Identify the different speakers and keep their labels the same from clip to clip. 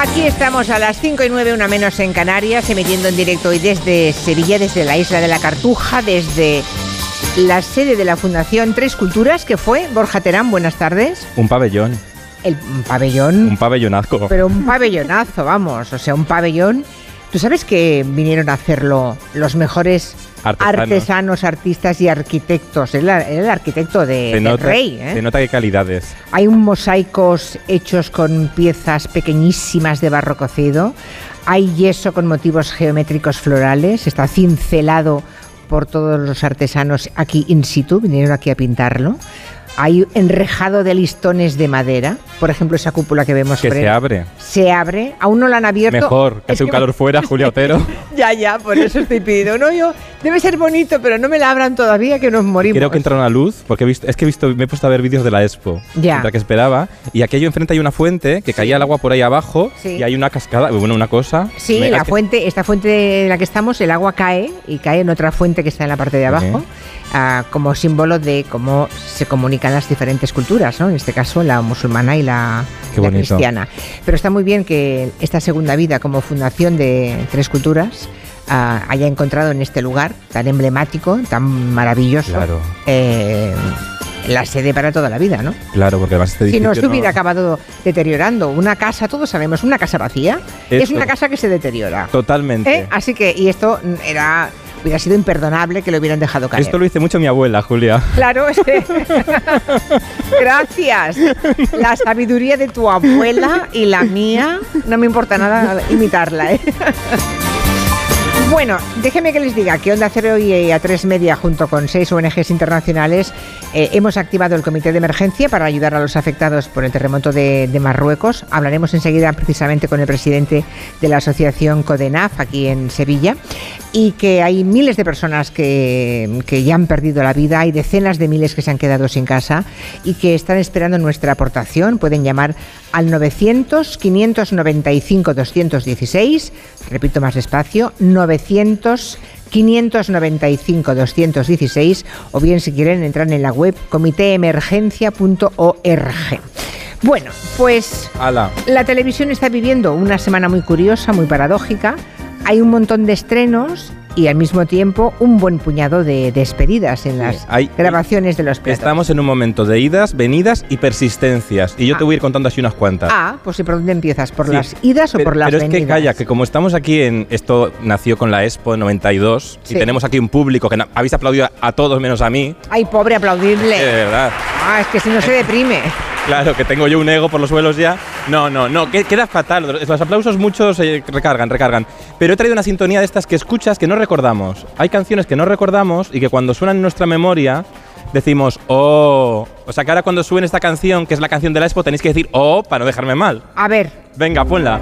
Speaker 1: Aquí estamos a las 5 y 9, una menos en Canarias, emitiendo en directo hoy desde Sevilla, desde la isla de la Cartuja, desde la sede de la Fundación Tres Culturas, que fue Borja Terán, buenas tardes.
Speaker 2: Un pabellón,
Speaker 1: El un pabellón,
Speaker 2: un pabellonazco.
Speaker 1: pero un pabellonazo, vamos, o sea, un pabellón. ¿Tú sabes que vinieron a hacerlo los mejores
Speaker 2: Artesanos.
Speaker 1: artesanos, artistas y arquitectos? El, ar- el arquitecto de,
Speaker 2: se,
Speaker 1: del
Speaker 2: nota,
Speaker 1: rey, ¿eh?
Speaker 2: se nota que calidades.
Speaker 1: Hay un mosaicos hechos con piezas pequeñísimas de barro cocido. Hay yeso con motivos geométricos florales. Está cincelado por todos los artesanos aquí in situ. Vinieron aquí a pintarlo. Hay enrejado de listones de madera. Por ejemplo, esa cúpula que vemos
Speaker 2: Que
Speaker 1: frente-
Speaker 2: se abre.
Speaker 1: se abre. Aún no la han abierto.
Speaker 2: Mejor, que
Speaker 1: Es
Speaker 2: hace un
Speaker 1: que-
Speaker 2: calor fuera, Julia Otero.
Speaker 1: Ya, ya, por eso estoy pidiendo. No, yo, debe ser bonito, pero no me la abran todavía que nos morimos.
Speaker 2: Creo que entra una luz, porque he visto, es que he visto, me he puesto a ver vídeos de la Expo,
Speaker 1: Ya.
Speaker 2: mientras que esperaba, y aquello enfrente hay una fuente que caía el agua por ahí abajo,
Speaker 1: Sí.
Speaker 2: y hay una cascada, bueno, una cosa.
Speaker 1: Sí,
Speaker 2: Me-
Speaker 1: la
Speaker 2: es que-
Speaker 1: fuente, esta fuente en la que estamos, el agua cae y cae en otra fuente que está en la parte de abajo,
Speaker 2: Ujú.
Speaker 1: ah, como símbolo de cómo se comunican las diferentes culturas, ¿no? En este caso, la musulmana y la,
Speaker 2: Qué
Speaker 1: la
Speaker 2: bonito.
Speaker 1: cristiana. Pero está muy bien que esta segunda vida, como fundación de tres culturas, ah, haya encontrado en este lugar tan emblemático, tan maravilloso,
Speaker 2: Claro.
Speaker 1: eh, la sede para toda la vida, ¿no?
Speaker 2: Claro, porque además este
Speaker 1: Si no,
Speaker 2: edificio
Speaker 1: esto hubiera acabado deteriorando. Una casa, todos sabemos, una casa vacía es
Speaker 2: Eso.
Speaker 1: una casa que se deteriora.
Speaker 2: Totalmente.
Speaker 1: ¿Eh? Así que, y esto mm, era, hubiera sido imperdonable que lo hubieran dejado caer.
Speaker 2: Esto lo dice mucho mi abuela, Julia.
Speaker 1: Claro, es que- gracias. La sabiduría de tu abuela y la mía, no me importa nada imitarla. ¿eh? Bueno, déjeme que les diga que Onda Cero y eh, a 3 Media, junto con seis ONGs internacionales, eh, hemos activado el comité de emergencia para ayudar a los afectados por el terremoto de, de Marruecos. Hablaremos enseguida precisamente con el presidente de la asociación CODENAF aquí en Sevilla. Y que hay miles de personas que, que ya han perdido la vida, hay decenas de miles que se han quedado sin casa y que están esperando nuestra aportación. Pueden llamar al 900 595 216, repito más despacio, 900 595 216 o bien si quieren entrar en la web comitéemergencia.org. Bueno, pues
Speaker 2: Ala.
Speaker 1: la televisión está viviendo una semana muy curiosa, muy paradójica. Hay un montón de estrenos y al mismo tiempo un buen puñado de despedidas en las
Speaker 2: Sí, hay-
Speaker 1: grabaciones de los platos.
Speaker 2: Estamos en un momento de idas, venidas y persistencias. Y yo
Speaker 1: Ah.
Speaker 2: te voy a ir contando así unas cuantas.
Speaker 1: Ah, pues ¿y por dónde empiezas? ¿Por
Speaker 2: Sí,
Speaker 1: las idas o
Speaker 2: pero,
Speaker 1: por las
Speaker 2: pero es
Speaker 1: venidas?
Speaker 2: que calla, que como estamos aquí en. Esto nació con la Expo en 92
Speaker 1: Sí.
Speaker 2: y tenemos aquí un público que na- habéis aplaudido a, a todos menos a mí.
Speaker 1: Ay, pobre
Speaker 2: eh, de
Speaker 1: aplaudible.
Speaker 2: verdad.
Speaker 1: Ah, es que si no se deprime.
Speaker 2: Claro, que tengo yo un ego por los suelos ya. No, no, no, que- queda fatal. Los aplausos muchos eh, recargan, recargan. Pero he traído una sintonía de estas que escuchas que no recordamos. Hay canciones que no recordamos y que cuando suenan en nuestra memoria decimos, oh. O sea, que ahora cuando suene esta canción, que es la canción de la Expo, tenéis que decir, oh, para no dejarme mal.
Speaker 1: A ver,
Speaker 2: Venga, ponla.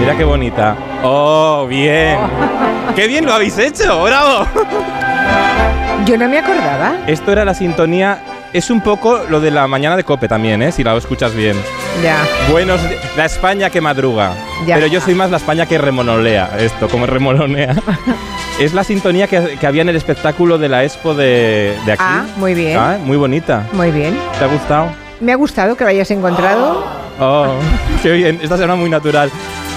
Speaker 2: Mira qué bonita. Oh, bien. Qué bien lo habéis hecho, bravo.
Speaker 1: yo no me acordaba.
Speaker 2: Esto era la sintonía. Es un poco lo de la mañana de cope también, ¿eh? Si la escuchas bien.
Speaker 1: Ya.
Speaker 2: Buenos, di- la España que madruga.
Speaker 1: Ya
Speaker 2: Pero yo
Speaker 1: está.
Speaker 2: soy más la España que remolonea esto, como remolonea. es la sintonía que, que había en el espectáculo de la Expo de, de aquí.
Speaker 1: Ah, muy bien.
Speaker 2: Ah, muy bonita.
Speaker 1: Muy bien.
Speaker 2: ¿Te ha gustado?
Speaker 1: Me ha gustado que lo hayas encontrado.
Speaker 2: Oh, qué bien, esta suena muy natural.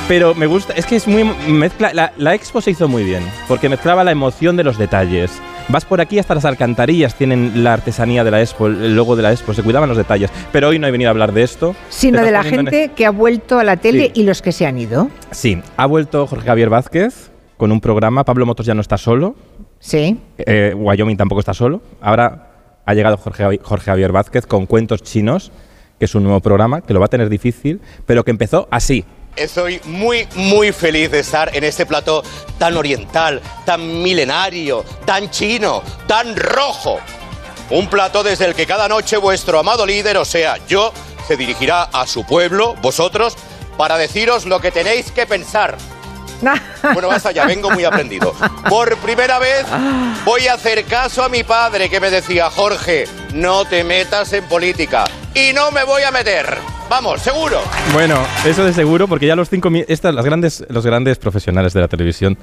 Speaker 2: Pero me gusta, es que es muy. Mezcla, la, la expo se hizo muy bien, porque mezclaba la emoción de los detalles. Vas por aquí hasta las alcantarillas, tienen la artesanía de la expo, el logo de la expo, se cuidaban los detalles. Pero hoy no he venido a hablar de esto.
Speaker 1: Sino
Speaker 2: Te
Speaker 1: de la
Speaker 2: estás poniendo en-
Speaker 1: gente que ha vuelto a la tele
Speaker 2: Sí.
Speaker 1: y los que se han ido.
Speaker 2: Sí, ha vuelto Jorge Javier Vázquez con un programa. Pablo Motos ya no está solo.
Speaker 1: Sí.
Speaker 2: Eh, Wyoming tampoco está solo. Ahora ha llegado Jorge, Javi- Jorge Javier Vázquez con Cuentos Chinos, que es un nuevo programa que lo va a tener difícil, pero que empezó así.
Speaker 3: Estoy muy, muy feliz de estar en este plato tan oriental, tan milenario, tan chino, tan rojo. Un plato desde el que cada noche vuestro amado líder, o sea, yo, se dirigirá a su pueblo, vosotros, para deciros lo que tenéis que pensar. Bueno, basta ya, vengo muy aprendido. Por primera vez voy a hacer caso a mi padre que me decía, Jorge, no te metas en política. Y no me voy a meter. Vamos, seguro.
Speaker 2: Bueno, eso de seguro, porque ya los cinco mi- estas, las grandes, los grandes profesionales de la televisión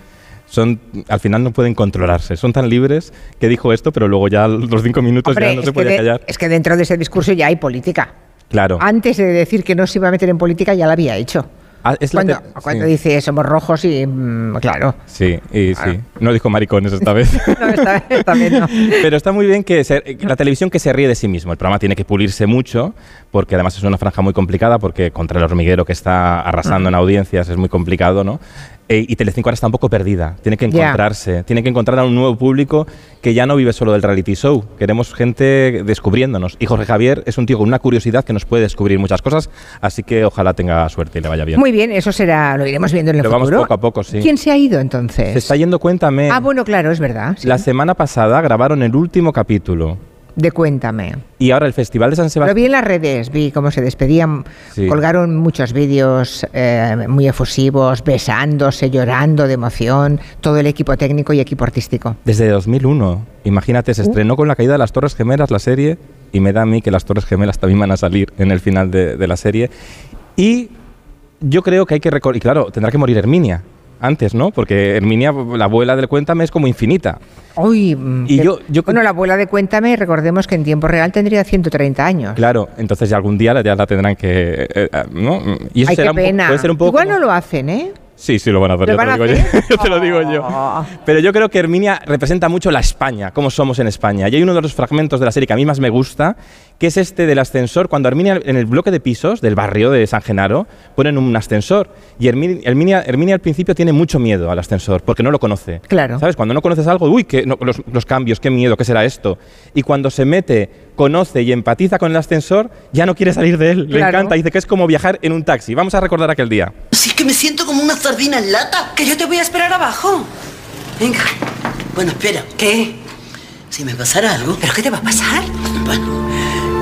Speaker 2: son, al final no pueden controlarse, son tan libres que dijo esto, pero luego ya los cinco minutos
Speaker 1: Hombre,
Speaker 2: Pues ya no
Speaker 1: es
Speaker 2: se
Speaker 1: que
Speaker 2: podía
Speaker 1: de-
Speaker 2: callar.
Speaker 1: es que dentro de ese discurso ya hay política.
Speaker 2: Claro.
Speaker 1: Antes de decir que no se iba a meter en política, ya la había hecho.
Speaker 2: Ah, es la
Speaker 1: cuando
Speaker 2: ter-
Speaker 1: cuando
Speaker 2: sí.
Speaker 1: dice somos rojos y mm, claro.
Speaker 2: Sí, y sí. No dijo maricones esta vez.
Speaker 1: No, esta vez también no.
Speaker 2: Pero está muy bien que se- la televisión que se ríe de sí mismo. El programa tiene que pulirse mucho, porque además es una franja muy complicada, porque contra el hormiguero que está arrasando en audiencias es muy complicado, ¿no? E- y Telecinco ahora está un poco perdida. Tiene que
Speaker 1: Ya.
Speaker 2: encontrarse, tiene que encontrar a un nuevo público que ya no vive solo del reality show. Queremos gente descubriéndonos. Y Jorge Javier es un tío con una curiosidad que nos puede descubrir muchas cosas, así que ojalá tenga suerte y le vaya bien.
Speaker 1: Muy bien, eso será, lo iremos viendo en el
Speaker 2: Lo vamos
Speaker 1: futuro.
Speaker 2: poco a poco, sí.
Speaker 1: ¿Quién se ha ido
Speaker 2: Se
Speaker 1: entonces?
Speaker 2: está yendo, cuéntame.
Speaker 1: Ah, bueno, claro, es verdad. sí.
Speaker 2: La semana pasada grabaron el último capítulo.
Speaker 1: De cuéntame.
Speaker 2: Y ahora el Festival de San
Speaker 1: Lo
Speaker 2: Sebastián.
Speaker 1: vi en las redes, vi cómo se despedían,
Speaker 2: Sí.
Speaker 1: colgaron muchos vídeos eh, muy efusivos, besándose, llorando de emoción, todo el equipo técnico y equipo artístico.
Speaker 2: Desde 2001. Imagínate,
Speaker 1: Uh.
Speaker 2: se estrenó con la caída de las Torres Gemelas la serie y me da a mí que las Torres Gemelas también van a salir en el final de, de la serie. Y yo creo que hay que recordar... Y claro, tendrá que morir Herminia antes, ¿no? Porque Herminia, la abuela del Cuéntame, es como infinita.
Speaker 1: Uy, mm,
Speaker 2: Y
Speaker 1: que-
Speaker 2: yo- yo-
Speaker 1: bueno, la abuela de Cuéntame, recordemos que en tiempo real tendría 130 años.
Speaker 2: Claro, entonces ya algún día la- ya la tendrán que... eh, eh, ¿no? Y eso
Speaker 1: Ay,
Speaker 2: será
Speaker 1: qué
Speaker 2: un po-
Speaker 1: pena.
Speaker 2: puede ser un poco
Speaker 1: Igual
Speaker 2: como-
Speaker 1: no lo hacen, ¿eh?
Speaker 2: Sí, sí lo van a hacer,
Speaker 1: ¿Lo
Speaker 2: ya te
Speaker 1: van
Speaker 2: lo
Speaker 1: a
Speaker 2: digo yo.
Speaker 1: hacer?
Speaker 2: Yo te lo digo yo.
Speaker 1: Oh.
Speaker 2: Pero yo creo que Herminia representa mucho la España, cómo somos en España. Y hay uno de los fragmentos de la serie que a mí más me gusta, que es este del ascensor, cuando Herminia en el bloque de pisos del barrio de San Genaro ponen un ascensor. Y Hermi- Herminia, Herminia al principio tiene mucho miedo al ascensor, porque no lo conoce.
Speaker 1: Claro.
Speaker 2: ¿Sabes? Cuando no conoces algo, uy, que, no- los, los cambios, qué miedo, qué será esto. Y cuando se mete, conoce y empatiza con el ascensor, ya no quiere salir de él. Le
Speaker 1: Claro.
Speaker 2: encanta, dice que es como viajar en un taxi. Vamos a recordar aquel día.
Speaker 4: Si es que me siento como una sardina en lata.
Speaker 5: Que yo te voy a esperar abajo.
Speaker 4: Venga. Bueno, espera.
Speaker 5: ¿Qué?
Speaker 4: Si me pasara algo.
Speaker 5: ¿Pero qué te va a pasar?
Speaker 4: Bueno,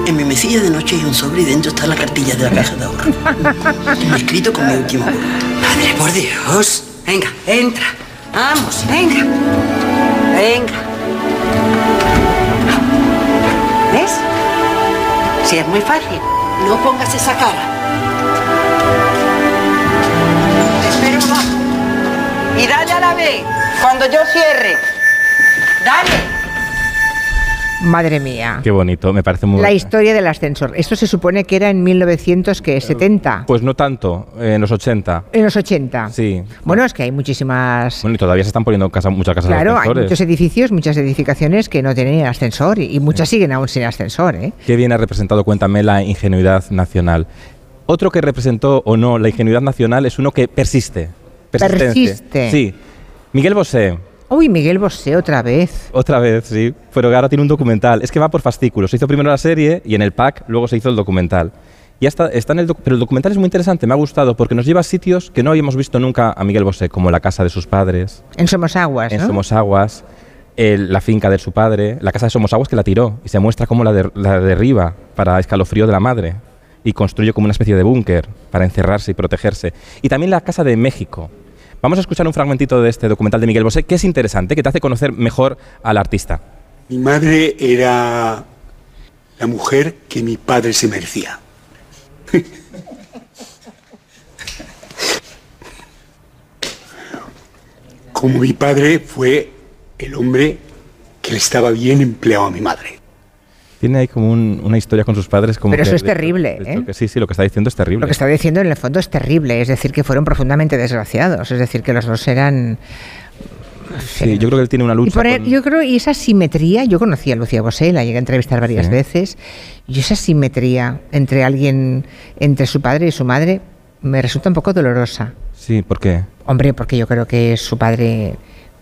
Speaker 4: en mi mesilla de noche hay un sobre y dentro está la cartilla de la caja de ahorro. Escrito con mi último voto.
Speaker 5: Madre por Dios. Venga, entra. Vamos, venga. Venga. ¿Ves? Si es muy fácil.
Speaker 4: No pongas esa cara.
Speaker 5: Te espero abajo. Y dale a la B cuando yo cierre. Dale.
Speaker 1: Madre mía.
Speaker 2: Qué bonito, me parece muy
Speaker 1: La historia del ascensor. Esto se supone que era en 1970.
Speaker 2: Pues no tanto, eh, en los 80.
Speaker 1: En los 80.
Speaker 2: Sí.
Speaker 1: Bueno, es que hay muchísimas.
Speaker 2: Bueno, y todavía se están poniendo casa- muchas casas
Speaker 1: claro,
Speaker 2: de
Speaker 1: hay
Speaker 2: ascensores.
Speaker 1: muchos edificios, muchas edificaciones que no tienen ascensor y, y muchas siguen aún sin ascensor, ¿eh?
Speaker 2: Qué bien ha representado, cuéntame, la ingenuidad nacional. Otro que representó o no la ingenuidad nacional es uno que persiste. Persistente.
Speaker 1: Persiste.
Speaker 2: Sí. Miguel Bosé,
Speaker 1: Uy, Miguel Bosé otra vez.
Speaker 2: otra vez, sí. Pero ahora tiene un documental. Es que va por fascículos. Se hizo primero la serie y en el pack luego se hizo el documental. Ya está, está en el doc- pero el documental es muy interesante, me ha gustado, porque nos lleva a sitios que no habíamos visto nunca a Miguel Bosé, como la casa de sus padres,
Speaker 1: En Somos Aguas,
Speaker 2: en
Speaker 1: ¿no?
Speaker 2: Somos Aguas, el- la finca de su padre, la casa de Somos Aguas que la tiró y se muestra cómo la, der- la derriba para escalofrío de la madre y construye como una especie de búnker para encerrarse y protegerse. Y también la casa de México. Vamos a escuchar un fragmentito de este documental de Miguel Bosé que es interesante, que te hace conocer mejor al artista.
Speaker 6: Mi madre era la mujer que mi padre se merecía. Como mi padre fue el hombre que le estaba bien empleado a mi madre.
Speaker 2: Tiene ahí como un- una historia con sus padres. Como
Speaker 1: Pero
Speaker 2: que
Speaker 1: eso es
Speaker 2: de- de-
Speaker 1: terrible,
Speaker 2: de- de-
Speaker 1: ¿eh?
Speaker 2: Sí, sí, lo que está diciendo es terrible.
Speaker 1: Lo que está diciendo en el fondo es terrible, es decir, que fueron profundamente desgraciados, es decir, que los dos eran...
Speaker 2: Sí, yo creo que él tiene una lucha.
Speaker 1: Y poner,
Speaker 2: con-
Speaker 1: yo creo, y esa simetría, yo conocí a Lucía Bosé, la llegué a entrevistar varias
Speaker 2: Sí.
Speaker 1: veces, y esa simetría entre alguien, entre su padre y su madre, me resulta un poco dolorosa.
Speaker 2: Sí, ¿por qué?
Speaker 1: Hombre, porque yo creo que su padre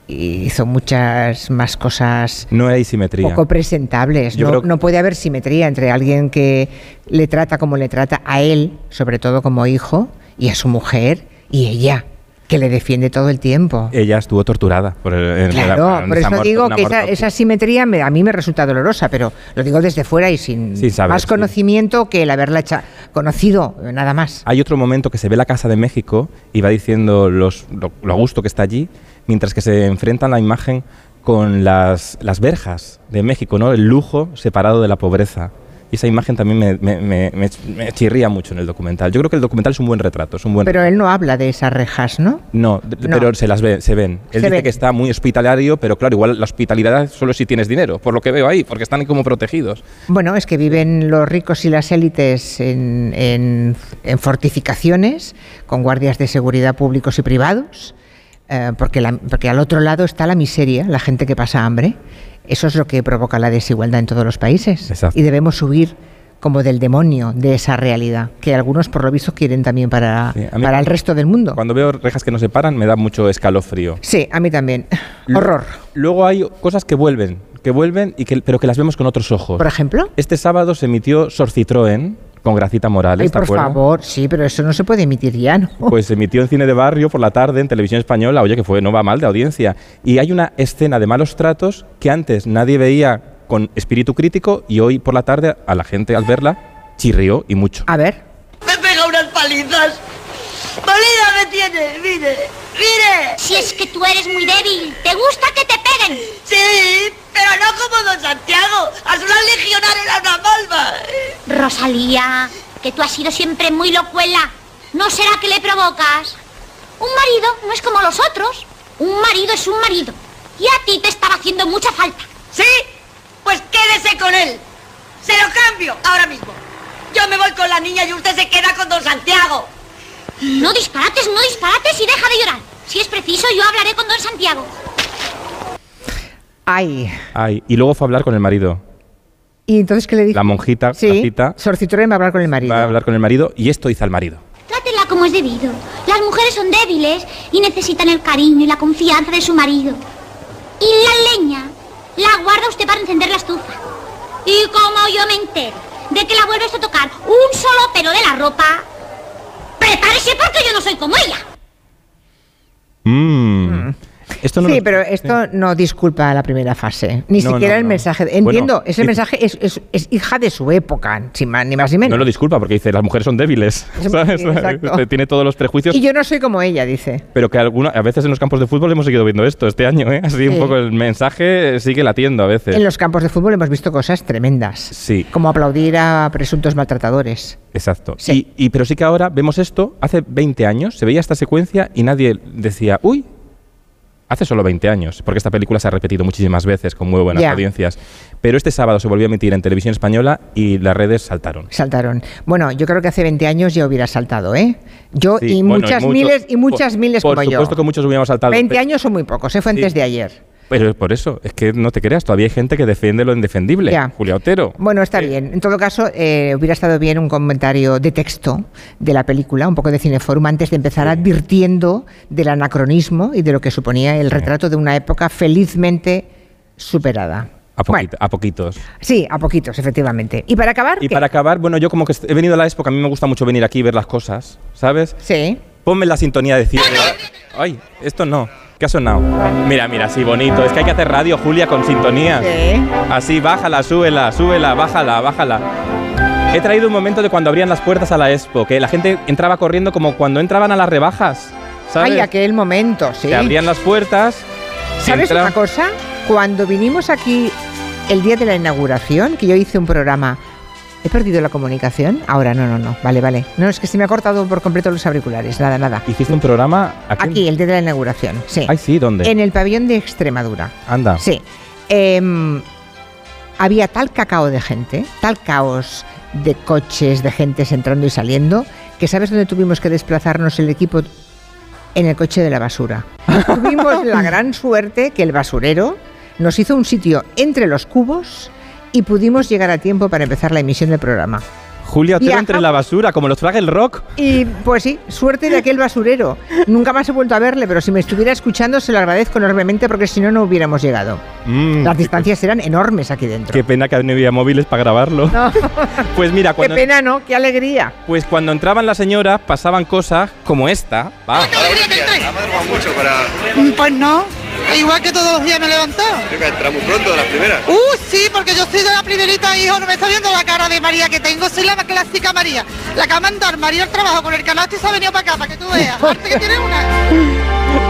Speaker 1: hizo muchas más cosas
Speaker 2: No hay simetría.
Speaker 1: poco presentables.
Speaker 2: Yo
Speaker 1: No,
Speaker 2: creo que-
Speaker 1: no puede haber simetría entre alguien que le trata como le trata a él, sobre todo como hijo, y a su mujer, y ella, que le defiende todo el tiempo.
Speaker 2: Ella estuvo torturada por el- en-
Speaker 1: Claro,
Speaker 2: en
Speaker 1: por
Speaker 2: Eh, esa
Speaker 1: eso
Speaker 2: mor-
Speaker 1: digo
Speaker 2: una
Speaker 1: que esa,
Speaker 2: mor-
Speaker 1: esa simetría me- a mí me resulta dolorosa, pero lo digo desde fuera y sin
Speaker 2: Sin saber,
Speaker 1: más
Speaker 2: sí.
Speaker 1: conocimiento que el haberla hecha- conocido, eh, nada más.
Speaker 2: Hay otro momento que se ve la casa de México y va diciendo los, lo, lo a gusto que está allí, mientras que se enfrentan la imagen con las, las verjas de México, ¿no? El lujo separado de la pobreza. Y esa imagen también me, me- me- me- me chirría mucho en el documental. Yo creo que el documental es un buen retrato, es un buen
Speaker 1: Pero él no habla de esas rejas, ¿no?
Speaker 2: no, d-
Speaker 1: No.
Speaker 2: pero se las ve, se ven. Él
Speaker 1: Se
Speaker 2: dice
Speaker 1: ven.
Speaker 2: que está muy hospitalario, pero claro, igual la hospitalidad solo si tienes dinero, por lo que veo ahí, porque están como protegidos.
Speaker 1: Bueno, es que viven los ricos y las élites en, en- en fortificaciones, con guardias de seguridad públicos y privados, eh, porque, la- porque al otro lado está la miseria, la gente que pasa hambre. Eso es lo que provoca la desigualdad en todos los países.
Speaker 2: Exacto.
Speaker 1: Y debemos huir como del demonio de esa realidad, que algunos por lo visto quieren también para,
Speaker 2: Sí, a mí-
Speaker 1: para el resto del mundo.
Speaker 2: Cuando veo rejas que no se paran, me da mucho escalofrío.
Speaker 1: Sí, a mí también. Horror.
Speaker 2: Luego hay cosas que vuelven, que vuelven, y que, pero que las vemos con otros ojos.
Speaker 1: Por ejemplo.
Speaker 2: Este sábado se emitió Sor Citroën con Gracita Morales.
Speaker 1: Ay,
Speaker 2: ¿te
Speaker 1: por
Speaker 2: acuerdas?
Speaker 1: favor, sí, pero eso no se puede emitir ya, ¿no?
Speaker 2: Pues se emitió en cine de barrio por la tarde en televisión española, oye que fue no va mal de audiencia y hay una escena de malos tratos que antes nadie veía con espíritu crítico y hoy por la tarde a la gente al verla chirrió y mucho.
Speaker 1: A ver.
Speaker 7: Me pega unas palizas. Dolida me tiene, mire, mire.
Speaker 8: Si es que tú eres muy débil, te gusta que te peguen.
Speaker 7: Sí, pero no como don Santiago. A su lado legionario era una malva.
Speaker 8: Rosalía, que tú has sido siempre muy locuela. ¿No será que le provocas? Un marido no es como los otros. Un marido es un marido. Y a ti te estaba haciendo mucha falta.
Speaker 7: ¿Sí? Pues quédese con él. Se lo cambio ahora mismo. Yo me voy con la niña y usted se queda con don Santiago.
Speaker 8: No disparates, no disparates y deja de llorar. Si es preciso, yo hablaré con don Santiago.
Speaker 1: Ay.
Speaker 2: Ay, y luego fue a hablar con el marido,
Speaker 1: Y entonces, ¿qué le dijo?
Speaker 2: la monjita,
Speaker 1: Sí,
Speaker 2: Gracita,
Speaker 1: Sor Citroën va a hablar con el marido.
Speaker 2: va a hablar con el marido y esto hizo al marido.
Speaker 8: Trátela como es debido. Las mujeres son débiles y necesitan el cariño y la confianza de su marido. Y la leña la guarda usted para encender la estufa. Y como yo me entero de que la vuelves a tocar un solo pelo de la ropa, prepárese porque yo no soy como ella.
Speaker 2: Mm. Esto no
Speaker 1: sí,
Speaker 2: lo-
Speaker 1: pero esto no disculpa la primera fase. Ni
Speaker 2: No,
Speaker 1: siquiera
Speaker 2: no,
Speaker 1: el
Speaker 2: no.
Speaker 1: mensaje. Entiendo,
Speaker 2: Bueno,
Speaker 1: ese
Speaker 2: y-
Speaker 1: mensaje es, es- es hija de su época, sin más, ni más ni
Speaker 2: No
Speaker 1: menos.
Speaker 2: lo disculpa porque dice, las mujeres son débiles.
Speaker 1: Sí,
Speaker 2: ¿sabes?
Speaker 1: exacto.
Speaker 2: Tiene todos los prejuicios.
Speaker 1: y yo no soy como ella, dice.
Speaker 2: Pero que alguna, a veces en los campos de fútbol hemos seguido viendo esto este año, ¿eh? Así
Speaker 1: Sí.
Speaker 2: un poco el mensaje eh, sigue latiendo a veces.
Speaker 1: En los campos de fútbol hemos visto cosas tremendas.
Speaker 2: Sí.
Speaker 1: Como aplaudir a presuntos maltratadores.
Speaker 2: Exacto.
Speaker 1: Sí.
Speaker 2: Y, y- pero sí que ahora vemos esto, hace 20 años se veía esta secuencia y nadie decía, uy, hace solo 20 años, porque esta película se ha repetido muchísimas veces con muy buenas
Speaker 1: Ya.
Speaker 2: audiencias. Pero este sábado se volvió a emitir en televisión española y las redes saltaron.
Speaker 1: Saltaron. Bueno, yo creo que hace 20 años ya hubiera saltado, ¿eh? Yo
Speaker 2: Sí,
Speaker 1: y
Speaker 2: bueno,
Speaker 1: muchas
Speaker 2: mucho-
Speaker 1: miles y muchas
Speaker 2: por-
Speaker 1: miles
Speaker 2: por
Speaker 1: como yo.
Speaker 2: supuesto que muchos hubiéramos saltado.
Speaker 1: 20
Speaker 2: pe-
Speaker 1: años son muy pocos, ¿eh? Fue antes
Speaker 2: Sí.
Speaker 1: de ayer.
Speaker 2: Pero es por eso, es que no te creas, todavía hay gente que defiende lo indefendible.
Speaker 1: Ya.
Speaker 2: Julia Otero.
Speaker 1: Bueno, está bien. En todo caso, eh, hubiera estado bien un comentario de texto de la película, un poco de cineforum, antes de empezar advirtiendo del anacronismo y de lo que suponía el retrato de una época felizmente superada.
Speaker 2: A, poquito-
Speaker 1: Bueno,
Speaker 2: a poquitos.
Speaker 1: sí, a poquitos, efectivamente. Y para acabar,
Speaker 2: Y
Speaker 1: ¿qué?
Speaker 2: para acabar, bueno, yo como que est- he venido a la expo, que a mí me gusta mucho venir aquí y ver las cosas, ¿sabes?
Speaker 1: sí.
Speaker 2: Ponme la sintonía de cine. Ay, esto no. ¿Qué ha sonado? Mira, mira, sí, bonito. Es que hay que hacer radio, Julia, con sintonía.
Speaker 1: Sí.
Speaker 2: Así, bájala, súbela, súbela, bájala, bájala. He traído un momento de cuando abrían las puertas a la expo, que la gente entraba corriendo como cuando entraban a las rebajas, ¿sabes?
Speaker 1: Ay, aquel momento, sí.
Speaker 2: Se abrían las puertas. se
Speaker 1: ¿Sabes
Speaker 2: entra-
Speaker 1: una cosa? Cuando vinimos aquí el día de la inauguración, que yo hice un programa. ¿He perdido la comunicación? Ahora no, no, no. Vale, vale. No, es que se me ha cortado por completo los auriculares. Nada, nada.
Speaker 2: Hiciste un programa aquí.
Speaker 1: Aquí, el día de la inauguración, sí.
Speaker 2: Ay, sí, ¿dónde?
Speaker 1: En el pabellón de Extremadura.
Speaker 2: Anda.
Speaker 1: Sí. Em, había tal cacao de gente, tal caos de coches, de gentes entrando y saliendo, que ¿sabes dónde tuvimos que desplazarnos el equipo? En el coche de la basura. tuvimos la gran suerte que el basurero nos hizo un sitio entre los cubos y pudimos llegar a tiempo para empezar la emisión del programa.
Speaker 2: Julia Otero
Speaker 1: Viaja-
Speaker 2: entre la basura, como los Fraggle Rock.
Speaker 1: Y pues sí, suerte de aquel basurero. Nunca más he vuelto a verle, pero si me estuviera escuchando se lo agradezco enormemente porque si no, no hubiéramos llegado.
Speaker 2: Mm,
Speaker 1: Las
Speaker 2: qué-
Speaker 1: distancias eran enormes aquí dentro.
Speaker 2: Qué pena que no había móviles para grabarlo. Pues mira,
Speaker 1: Qué
Speaker 2: cuando,
Speaker 1: pena, ¿no? Qué alegría.
Speaker 2: pues cuando entraban las señoras pasaban cosas como esta. Va.
Speaker 9: Mm, Pues no, igual que todos los días me he levantado. Uh, sí, porque yo soy de la primerita, hijo, no me está viendo la cara de María que tengo, soy la más clásica María, la que ha mandado María al trabajo con el canasto y se ha venido para acá, para que tú veas, arte que tiene una.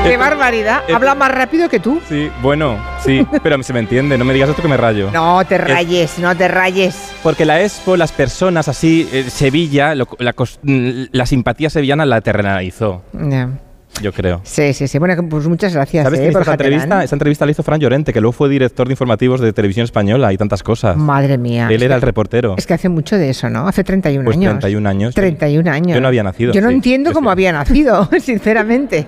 Speaker 1: ¡Qué barbaridad!
Speaker 2: eh,
Speaker 1: Habla más rápido que tú.
Speaker 2: Sí, bueno, sí, pero se me entiende, no me digas esto que me rayo.
Speaker 1: No te
Speaker 2: Eh,
Speaker 1: rayes, no te rayes.
Speaker 2: Porque la expo, las personas así, eh, Sevilla, lo- la, cos- mm, la simpatía sevillana la terrenalizó,
Speaker 1: Ya.
Speaker 2: yo creo.
Speaker 1: Sí, sí, sí. Bueno, que, pues muchas gracias
Speaker 2: ¿Sabes
Speaker 1: eh,
Speaker 2: quién hizo
Speaker 1: por
Speaker 2: esta
Speaker 1: Jaterán.
Speaker 2: entrevista? Esta entrevista la hizo Fran Llorente, que luego fue director de informativos de Televisión Española y tantas cosas.
Speaker 1: Madre mía.
Speaker 2: Él era el reportero.
Speaker 1: Es que hace mucho de eso, ¿no? Hace 31
Speaker 2: Pues
Speaker 1: años.
Speaker 2: 31 años.
Speaker 1: 31 años.
Speaker 2: Yo no había nacido,
Speaker 1: Yo no
Speaker 2: sí,
Speaker 1: entiendo
Speaker 2: yo
Speaker 1: cómo
Speaker 2: sí.
Speaker 1: había nacido, sinceramente.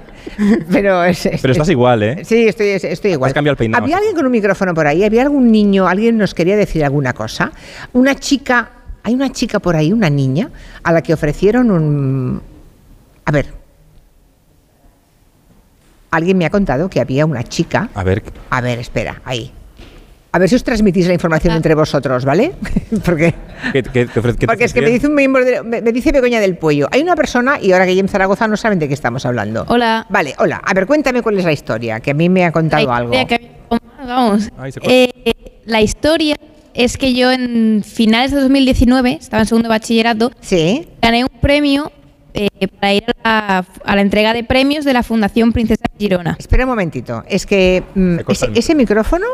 Speaker 1: Pero, es, es-
Speaker 2: Pero estás igual, ¿eh?
Speaker 1: Sí, estoy, estoy igual.
Speaker 2: cambiado el peinado,
Speaker 1: ¿Había
Speaker 2: sí.
Speaker 1: alguien con un micrófono por ahí? ¿Había algún niño? ¿Alguien nos quería decir alguna cosa? Una chica, hay una chica por ahí, una niña, a la que ofrecieron un... A ver. Alguien me ha contado que había una chica...
Speaker 2: A ver,
Speaker 1: A ver, espera, ahí. A ver si os transmitís la información entre vosotros, ¿vale? Porque...
Speaker 2: ¿qué, qué- qué ofre- qué te
Speaker 1: Porque es que me
Speaker 2: ofrecieron?
Speaker 1: dice un miembro de- me, me dice Begoña del Puello. Hay una persona, y ahora que en Zaragoza no saben de qué estamos hablando.
Speaker 10: Hola.
Speaker 1: Vale, hola. A ver, cuéntame cuál es la historia, que a mí me ha contado
Speaker 10: La
Speaker 1: algo.
Speaker 10: historia que- vamos.
Speaker 2: Ay, se corta.
Speaker 10: Eh, la historia es que yo en finales de 2019, estaba en segundo de bachillerato,
Speaker 1: Sí.
Speaker 10: gané un premio eh, para ir a la, a la entrega de premios de la Fundación Princesa de Girona.
Speaker 1: Espera un momentito. Es que mm,
Speaker 2: Se corta
Speaker 1: ese,
Speaker 2: el micro.
Speaker 1: ese micrófono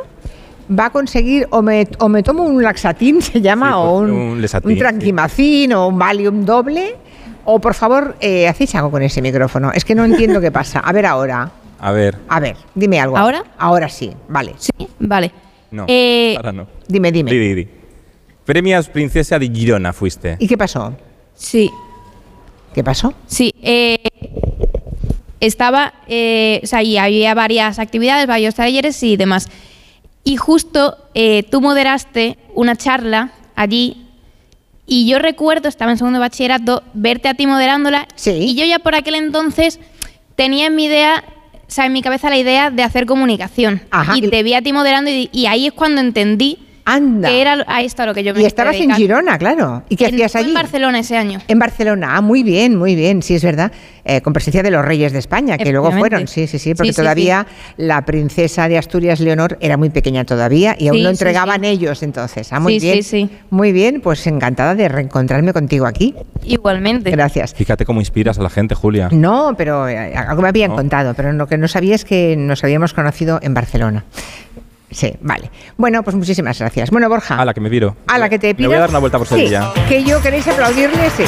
Speaker 1: va a conseguir o me, o me tomo un laxatín, se llama,
Speaker 2: Sí,
Speaker 1: o
Speaker 2: pues,
Speaker 1: un,
Speaker 2: un Lexatín,
Speaker 1: un tranquimacín o un Valium doble. O por favor, eh, hacéis algo con ese micrófono. Es que no entiendo qué pasa. A ver ahora.
Speaker 2: A ver,
Speaker 1: A ver, dime algo.
Speaker 10: ¿Ahora?
Speaker 1: Ahora sí. Vale.
Speaker 10: Sí, vale.
Speaker 2: no.
Speaker 10: Eh,
Speaker 2: Ahora no.
Speaker 1: Dime, dime.
Speaker 2: Di, di, di. Premias Princesa de Girona fuiste.
Speaker 1: ¿Y qué pasó?
Speaker 10: Sí,
Speaker 1: ¿Qué pasó?
Speaker 10: sí. eh, estaba, eh, o sea, y había varias actividades, varios talleres y demás. Y justo eh, tú moderaste una charla allí y yo recuerdo, estaba en segundo de bachillerato, verte a ti moderándola
Speaker 1: Sí.
Speaker 10: y yo ya por aquel entonces tenía en mi idea, o sea, en mi cabeza la idea de hacer comunicación.
Speaker 1: Ajá, y-
Speaker 10: Y te vi a ti moderando y, y ahí es cuando entendí
Speaker 1: Anda.
Speaker 10: que era a esto a lo que yo me
Speaker 1: Y estabas en
Speaker 10: dedicar.
Speaker 1: Girona, claro. ¿Y qué
Speaker 10: En-
Speaker 1: hacías
Speaker 10: fue
Speaker 1: allí?
Speaker 10: en Barcelona ese año.
Speaker 1: En Barcelona, ah, muy bien, muy bien, sí, es verdad. Eh, con presencia de los reyes de España, que luego fueron,
Speaker 10: Efectivamente.
Speaker 1: sí, sí, sí, porque
Speaker 10: Sí, sí,
Speaker 1: todavía la princesa de Asturias, Leonor, era muy pequeña todavía y aún
Speaker 10: Sí,
Speaker 1: lo
Speaker 10: sí,
Speaker 1: entregaban
Speaker 10: sí.
Speaker 1: ellos entonces. Ah, muy
Speaker 10: Sí, sí,
Speaker 1: bien.
Speaker 10: sí.
Speaker 1: Muy bien, pues encantada de reencontrarme contigo aquí.
Speaker 10: Igualmente.
Speaker 1: Gracias.
Speaker 2: Fíjate cómo inspiras a la gente, Julia.
Speaker 1: No, pero eh, algo me habían
Speaker 2: No.
Speaker 1: contado, pero lo que no sabía es que nos habíamos conocido en Barcelona. Sí, vale. Bueno, pues muchísimas gracias. Bueno, Borja.
Speaker 2: A la que me viro.
Speaker 1: A la que te
Speaker 2: Me
Speaker 1: pidas.
Speaker 2: voy a dar una vuelta por
Speaker 1: Sí,
Speaker 2: Sevilla.
Speaker 1: que yo queréis aplaudirle, sí.